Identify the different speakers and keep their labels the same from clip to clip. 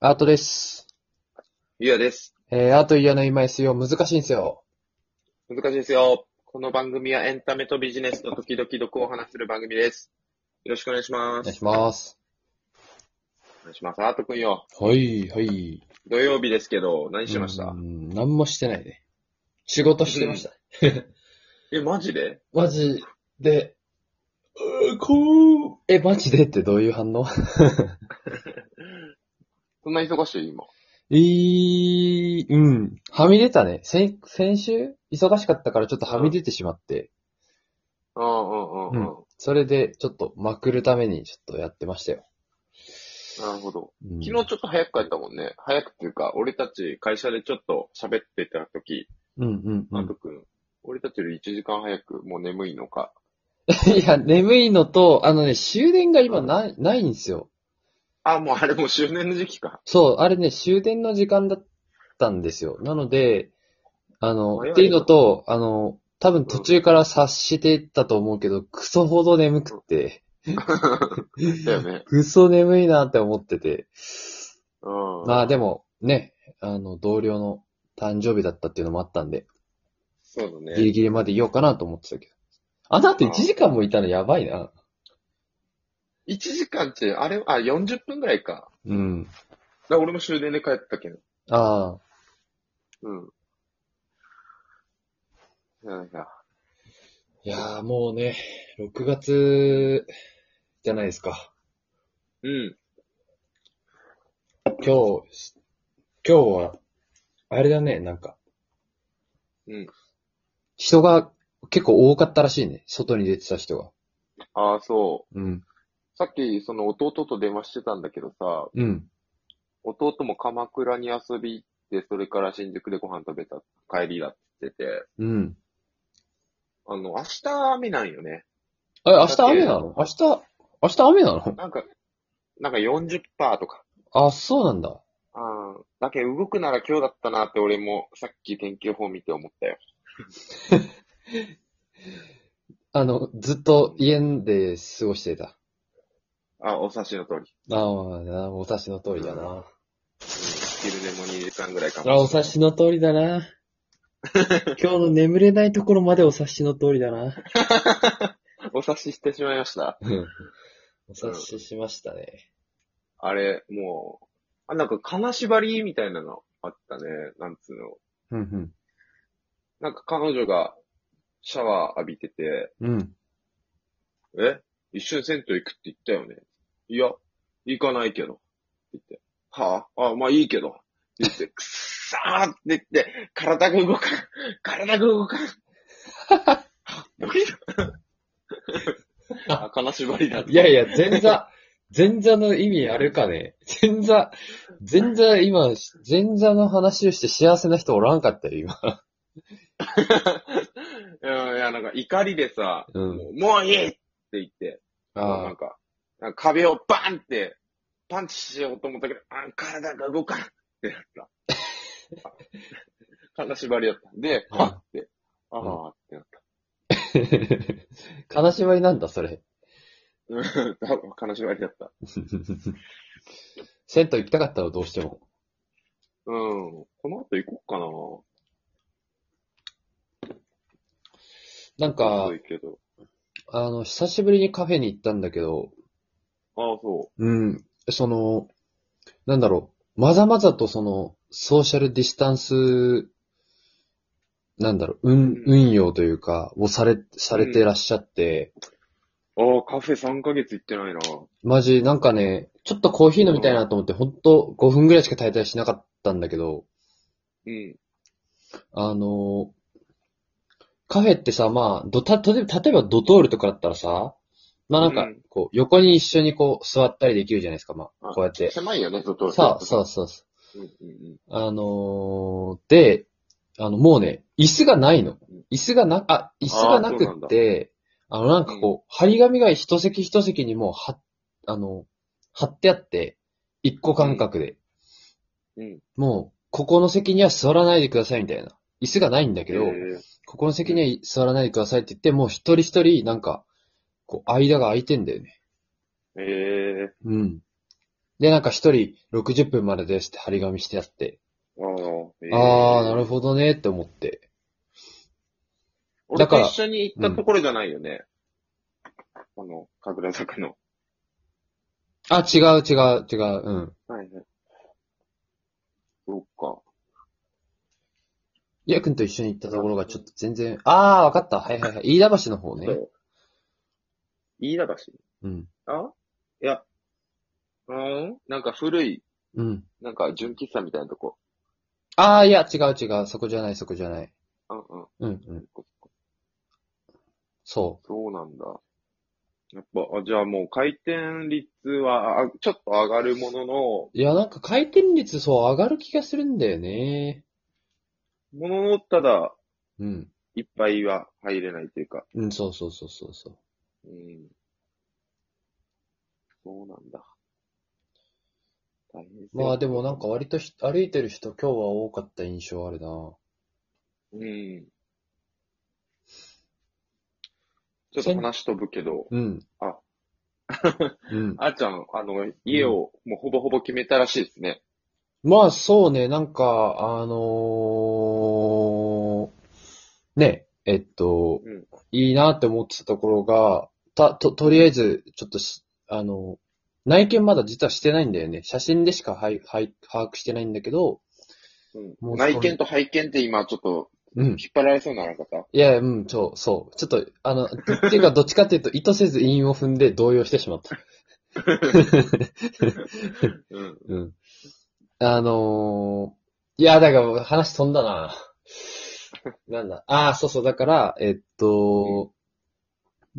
Speaker 1: アートです。
Speaker 2: ゆうやです。
Speaker 1: えー、アートイヤの今 SEO 難しいんですよ。
Speaker 2: 難しいですよ。この番組はエンタメとビジネスの時々どこをお話しする番組です。よろしくお願いし
Speaker 1: お
Speaker 2: ま
Speaker 1: 願い
Speaker 2: す。
Speaker 1: します。
Speaker 2: お願いします。アートくんよ。
Speaker 1: はい、はい。
Speaker 2: 土曜日ですけど、何してました、
Speaker 1: うん、何もしてないね。仕事してました。
Speaker 2: え、マジで
Speaker 1: マジで、うーこう、え、マジでってどういう反応
Speaker 2: そんな忙しい今。
Speaker 1: えー、うん。はみ出たね。先、先週忙しかったからちょっとはみ出てしまって、
Speaker 2: うんうんうんうん。
Speaker 1: それでちょっとまくるためにちょっとやってましたよ。
Speaker 2: なるほど。
Speaker 1: うん
Speaker 2: 昨日ちょっと早く帰ったもんね。早くっていうか、俺たち会社でちょっと喋ってた時、
Speaker 1: うんうんう
Speaker 2: アー
Speaker 1: ん
Speaker 2: ト。くん、俺たちより1時間早く、もう眠いのか。
Speaker 1: いや、眠いのと、あのね、終電が今ない、ないんですよ。
Speaker 2: あ、もうあれもう終年の時期か。
Speaker 1: そう、あれね、終電の時間だったんですよ。なので、あの、
Speaker 2: 早
Speaker 1: っ
Speaker 2: いな
Speaker 1: ていうのと、あの、多分途中から察していったと思うけど、クソほど眠くって、
Speaker 2: だよね。
Speaker 1: クソ眠いなって思ってて。
Speaker 2: うん。
Speaker 1: まあでも、ね、あの、同僚の誕生日だったっていうのもあったんで、
Speaker 2: そうだ
Speaker 1: ギ
Speaker 2: ね。
Speaker 1: リギリまでいようかなと思ってたけど。あなた1時間もいたのやばいな。
Speaker 2: 1時間って、あれ、あ、40分ぐらいか。
Speaker 1: うん。
Speaker 2: だから俺も終電で帰ったけど。
Speaker 1: ああ、
Speaker 2: うん。いやいや。
Speaker 1: いやーもうね、6月じゃないですか。
Speaker 2: うん。
Speaker 1: 今日、今日は、あれだね、なんか。
Speaker 2: うん。
Speaker 1: 人が結構多かったらしいね。外に出てた人が。
Speaker 2: ああ、そ
Speaker 1: うん。
Speaker 2: う。さっき、その弟と電話してたんだけどさ、
Speaker 1: うん。
Speaker 2: 弟も鎌倉に遊び行って、それから新宿でご飯食べた帰りだって言ってて、
Speaker 1: うん。
Speaker 2: あの、明日雨なんよね。
Speaker 1: あ、明日雨なの明日、明日雨なの
Speaker 2: なんか、なんか40%とか。
Speaker 1: あ、そうなんだ。
Speaker 2: ああ、だけど動くなら今日だったなって俺もさっき天気予報見て思ったよ。
Speaker 1: あの、ずっと家で過ごしていた。
Speaker 2: あ、お察しの通り。
Speaker 1: ああ、お察しの通りだな。
Speaker 2: 昼でも2時間ぐらいかも。
Speaker 1: あ、お察しの通りだな。 今日の眠れないところまでお察しの通りだな。
Speaker 2: お察ししてしまいました。
Speaker 1: お察ししましたね。
Speaker 2: あれ、もう、あ、なんか金縛りみたいなのあったね。なんつうの。
Speaker 1: うん、
Speaker 2: なんか彼女がシャワー浴びてて、
Speaker 1: うん。うん。
Speaker 2: え一瞬銭湯行くって言ったよね。いや、行かないけど。って言って。はあ、あ、まあいいけど。って言って、 くっさーって言って、体が動かん。体が動かん。無理 だ。あ、金縛りだ。
Speaker 1: いやいや、前座、前座の意味あるかね前座、前座今、前座の話をして幸せな人おらんかったよ、今。
Speaker 2: うん、いや、なんか怒りでさ、
Speaker 1: うん。
Speaker 2: もうもういいって言って、な
Speaker 1: あ
Speaker 2: んか、なんか壁をバンって、パンチしようと思ったけど、あ体が動かんってやった。 金縛りやった。で、
Speaker 1: うん
Speaker 2: はっって、あ
Speaker 1: ん
Speaker 2: あってなっ
Speaker 1: あ。悲しまりなんだ、 それ。
Speaker 2: た。うん、多分金縛りだった。
Speaker 1: 銭湯行きたかったの、どうしても。
Speaker 2: うん。この後行こ
Speaker 1: なん
Speaker 2: うかな。
Speaker 1: か
Speaker 2: 遅、いけど。
Speaker 1: あの、久しぶりにカフェに行ったんだけど、
Speaker 2: ああ、そ
Speaker 1: うん、その、なんだろう、まざまざとその、ソーシャルディスタンス、なんだろう、運、
Speaker 2: うん
Speaker 1: 運用というか、をされ、されてらっしゃって、
Speaker 2: う。ああ、カフェ3ヶ月行ってないな。
Speaker 1: マジ、なんかね、ちょっとコーヒー飲みたいなと思って、ほんと5分ぐらいしか滞在しなかったんだけど、
Speaker 2: うん。
Speaker 1: あのーカフェってさ、まあ、ど、た、例えば、例えばドトールとかだったらさ、まあなん
Speaker 2: う
Speaker 1: か
Speaker 2: ん、
Speaker 1: こう、横に一緒にこう、座ったりできるじゃないですか、まあ、
Speaker 2: あ
Speaker 1: こうやって。
Speaker 2: 狭いよね、ずっと。
Speaker 1: さあ、そうそうそう。
Speaker 2: うんうん
Speaker 1: あのーで、あの、もうね、椅子がないの
Speaker 2: うん。
Speaker 1: 椅子がな、あ、椅子がな
Speaker 2: あーそうな
Speaker 1: く
Speaker 2: ん
Speaker 1: っ
Speaker 2: だ
Speaker 1: て、あの、なんかこう、張り紙が一席一席にもう、は、あの、貼ってあって、一個間隔で。
Speaker 2: うん。うん。
Speaker 1: もう、ここの席には座らないでくださいみたいな。椅子がないんだけど、
Speaker 2: え
Speaker 1: ここの席には座らないでくださいって言って、もう一人一人、なんか、こう、間が空いてんだよね。
Speaker 2: ーえ
Speaker 1: うん。で、なんか一人60分までですって張り紙してあって、
Speaker 2: あの、え
Speaker 1: あー、なる
Speaker 2: ど。
Speaker 1: ほどねって思って。
Speaker 2: 俺
Speaker 1: だ
Speaker 2: と
Speaker 1: から
Speaker 2: 一緒に行ったところじゃないよね。あの、神楽坂の。
Speaker 1: あ、違う違う違う、うん。
Speaker 2: はいはい。そっか。
Speaker 1: ゆうくんと一緒に行ったところがちょっと全然、あー、わかった。はいはいはい。飯田橋の方ね
Speaker 2: そ。う。飯田橋
Speaker 1: うん。
Speaker 2: あいや。うんなんか古い、
Speaker 1: うん。
Speaker 2: なんか純喫茶みたいなとこ。
Speaker 1: あー、いや、違う違う。そこじゃない、そこじゃない。
Speaker 2: うんうん。
Speaker 1: うんうん。そ
Speaker 2: そうなんだ。やっぱ、あじゃあもう回転率は、あちょっと上がるものの、
Speaker 1: う。いや、なんか回転率そう上がる気がするんだよね。
Speaker 2: ものの、ただ、
Speaker 1: うん。
Speaker 2: いっぱいは入れないというか。
Speaker 1: うん、そうそうそうそうそう。
Speaker 2: うん。そうなんだ。大変そう
Speaker 1: まあでもなんか、割とひ歩いてる人今日は多かった印象あるな。
Speaker 2: うん。ちょっと話飛ぶけど、
Speaker 1: うん。
Speaker 2: あ。
Speaker 1: うん。
Speaker 2: あーちゃん、あの、家をもうほぼほぼ決めたらしいですね。
Speaker 1: まあそうね、なんか、あのー、ね、えっと、
Speaker 2: うん
Speaker 1: いいなって思ってたところが、た、と、とりあえず、ちょっとし、あの、内見まだ実はしてないんだよね。写真でしか、はい、はい、把握してないんだけど、
Speaker 2: う
Speaker 1: も
Speaker 2: ん。
Speaker 1: う
Speaker 2: 内見と拝見って今ちょっと
Speaker 1: うん。
Speaker 2: 引っ張られそうなあらかた。
Speaker 1: いや、うん、そう、そう。ちょっと、あの、てっていうか、どっちかっていうと、意図せず韻を踏んで動揺してしまった。
Speaker 2: うん。
Speaker 1: うん。あのー、いや、だから話飛んだ な。なんだ。ああ、そうそう、だから、えっと、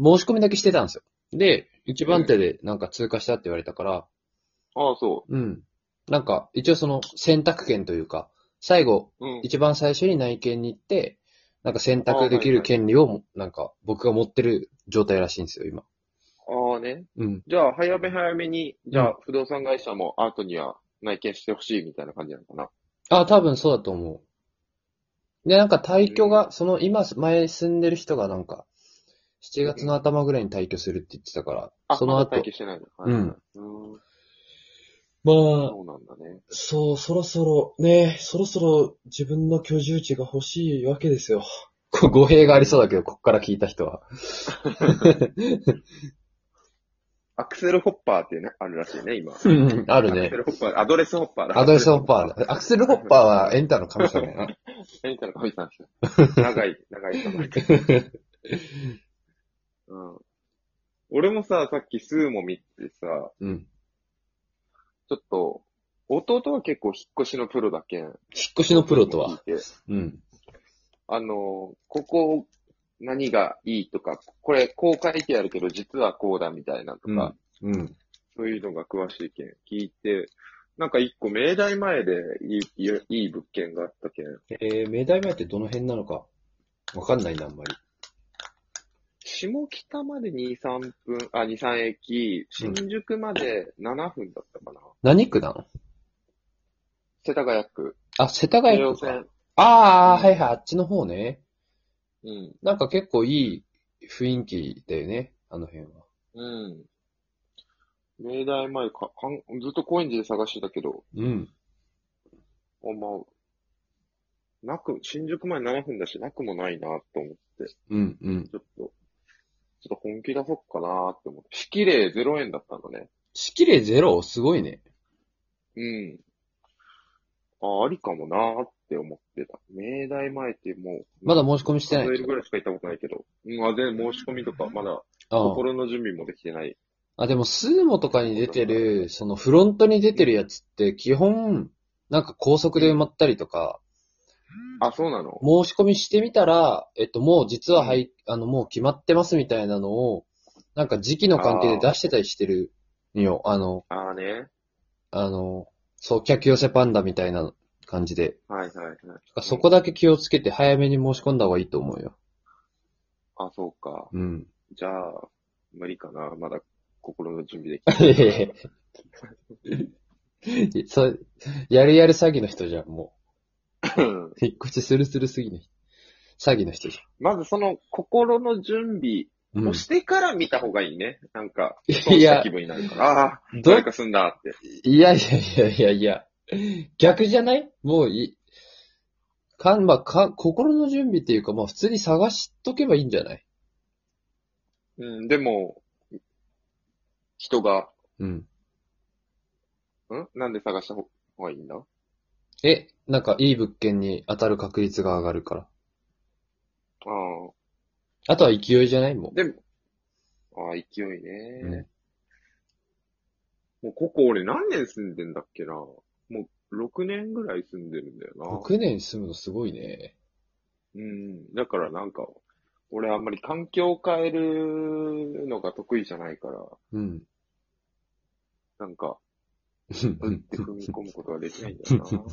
Speaker 1: 申し込みだけしてたんですよ。で、一番手でなんか通過したって言われたから、
Speaker 2: ああ、そ
Speaker 1: うん。なんか、一応その選択権というか、最後、
Speaker 2: う。うん。
Speaker 1: 一番最初に内見に行って、なんか選択できる権利を、なんか僕が持ってる状態らしいんですよ、今。
Speaker 2: ああね。
Speaker 1: うん。
Speaker 2: じゃあ、早め早めに、じ
Speaker 1: う
Speaker 2: ゃあ、不動産会社もアートには内見してほしいみたいな感じなのかな。
Speaker 1: あ、多分そうだと思う。で、なんか退去が、その今、前住んでる人がなんか、7月の頭ぐらいに退去するって言ってたから、
Speaker 2: あ、
Speaker 1: その
Speaker 2: まだ
Speaker 1: 後
Speaker 2: 体、験してないのか
Speaker 1: う
Speaker 2: な。
Speaker 1: ん。
Speaker 2: うん。
Speaker 1: まあ、
Speaker 2: そうなんだね。
Speaker 1: そう、そろそろ、ね、そろそろ自分の居住地が欲しいわけですよ。こ語弊がありそうだけど、こっから聞いた人は。
Speaker 2: アクセルホッパーっていうね、あるらしいね、今。
Speaker 1: うん、ある
Speaker 2: アク
Speaker 1: ね
Speaker 2: セ。ルホッパー、アドレスホッパーだ。
Speaker 1: アドレスホッパーだ。アクセルホッパーはエンターの神様や な。
Speaker 2: ー。エンタの神 さんですよ。長い、長い人。うん。俺もさ、さっきスーも見てさ、
Speaker 1: うん。
Speaker 2: ちょっと、弟は結構引っ越しのプロだけん。
Speaker 1: 引っ越しのプロと
Speaker 2: 聞
Speaker 1: は。
Speaker 2: いて
Speaker 1: うん。
Speaker 2: あの、ここ、何がいいとか、これ、こう書いてあるけど、実はこうだみたいなとか、
Speaker 1: うん。うん。
Speaker 2: そういうのが詳しいけん、聞いて、なんか一個、明大前でいいいいいい物件があったけん、
Speaker 1: えー、明大前ってどの辺なのか、わかんないな、あんまり。
Speaker 2: 下北まで2、3分、あ、2、3駅、新宿まで7分だったかな。
Speaker 1: 何区なの
Speaker 2: 世田谷区。
Speaker 1: あ、世田谷
Speaker 2: 京王
Speaker 1: 区か。
Speaker 2: 線。
Speaker 1: ああ、
Speaker 2: うん
Speaker 1: はいはい、あっちの方ね。
Speaker 2: うん。
Speaker 1: なんか結構いい雰囲気だよね、あの辺は。
Speaker 2: うん。明大前か、かんずっと高円寺で探してたけど、
Speaker 1: うん。
Speaker 2: あんま、なく、新宿前7分だし、なくもないなと思って、
Speaker 1: うん、うん。
Speaker 2: ちょっと、ちょっと本気出そっかなって思って。敷礼0円だったのね。
Speaker 1: 式例ゼロすごいね。
Speaker 2: うん。あ、ありかもなーって思ってた。明大前ってもう、
Speaker 1: まだ申し込みしてない
Speaker 2: 数えるぐらいしか行ったことないけど、うん、あ、全然申し込みとか、まだ
Speaker 1: あ
Speaker 2: 心の準備もできてない。
Speaker 1: あ。あ、でも、スーモとかに出てる、そのフロントに出てるやつって、基本、なんか高速で埋まったりとか、
Speaker 2: あ、そうなの
Speaker 1: 申し込みしてみたら、えっと、もう実は、はい、あの、もう決まってますみたいなのを、なんか時期の関係で出してたりしてるんよ。あの、
Speaker 2: あーね。
Speaker 1: あの、そう、客寄せパンダみたいな感じで。
Speaker 2: はいはいはい。
Speaker 1: そこだけ気をつけて早めに申し込んだ方がいいと思うよ。
Speaker 2: あ、そうか。
Speaker 1: うん。
Speaker 2: じゃあ、無理かな。まだ心の準備できて
Speaker 1: い
Speaker 2: な
Speaker 1: や
Speaker 2: い。
Speaker 1: いやいやそう、やるやる詐欺の人じゃん、も
Speaker 2: うん
Speaker 1: う。引っ越しするするすぎの人。詐欺の人じ
Speaker 2: まずその心の準備
Speaker 1: うん
Speaker 2: 押してから見た方がいいね。なんか、
Speaker 1: いや
Speaker 2: 損した気分になるから、ああ、
Speaker 1: ど
Speaker 2: 誰かすんだって。
Speaker 1: いやいやいやいやいや。逆じゃないもうい、かん、まあ、か、心の準備っていうか、まあ普通に探しとけばいいんじゃない
Speaker 2: うん、でも、人が、
Speaker 1: うん。
Speaker 2: んなんで探した方がいいんだ
Speaker 1: え、なんかいい物件に当たる確率が上がるから。
Speaker 2: ああ、
Speaker 1: あとは勢いじゃないも
Speaker 2: でも、ああ、勢いね。
Speaker 1: う。うん
Speaker 2: もうここ俺何年住んでんだっけな。もう6年ぐらい住んでるんだよな。
Speaker 1: 6年住むのすごいね。
Speaker 2: うん。だからなんか、俺あんまり環境を変えるのが得意じゃないから、
Speaker 1: うん。
Speaker 2: なんか、
Speaker 1: う
Speaker 2: うんっ
Speaker 1: ん。
Speaker 2: て踏み込むことができないんだよな。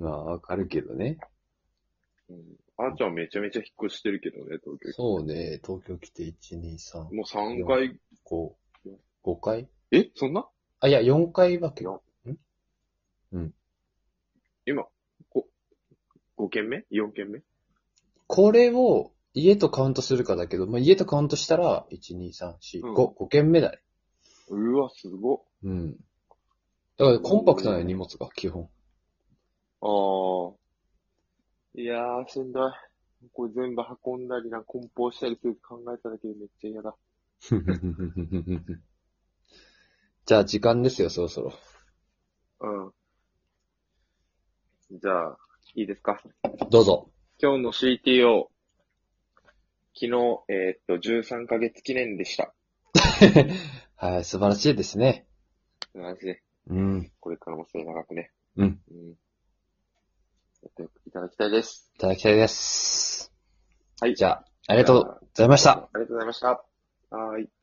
Speaker 1: まあ、わかるけどね。
Speaker 2: うん。あーちゃんはめちゃめちゃ引っ越してるけどね、東京。
Speaker 1: そうね。東京来て1、2、3、
Speaker 2: もう3回、
Speaker 1: 5、5回
Speaker 2: えそんな
Speaker 1: あ、いや、4回わけよ。
Speaker 2: 今、こ、5軒目 ?4 軒目
Speaker 1: これを家とカウントするかだけど、まあ、家とカウントしたら、1、2、3、4、
Speaker 2: うん
Speaker 1: 5、5件目だね。
Speaker 2: うわ、すご。
Speaker 1: うん。だからコンパクトなのよ荷物が、基 本。
Speaker 2: ああ。いやー、しんどい。これ全部運んだりな、梱包したりすると考えただけでめっちゃ嫌だ。
Speaker 1: じゃあ、時間ですよ、そろそろ。
Speaker 2: うん。じゃあ、いいですか。
Speaker 1: どうぞ。
Speaker 2: 今日の CTO、昨日、えーっと、13ヶ月記念でした。
Speaker 1: はい、素晴らしいですね。
Speaker 2: マジで、
Speaker 1: うん。い
Speaker 2: これからも末長くね。
Speaker 1: うん。
Speaker 2: うん。やっていただきたいです。
Speaker 1: ただきたいです。
Speaker 2: はい
Speaker 1: じゃあ、ありがとうございました。
Speaker 2: ありがとうございました。はーい。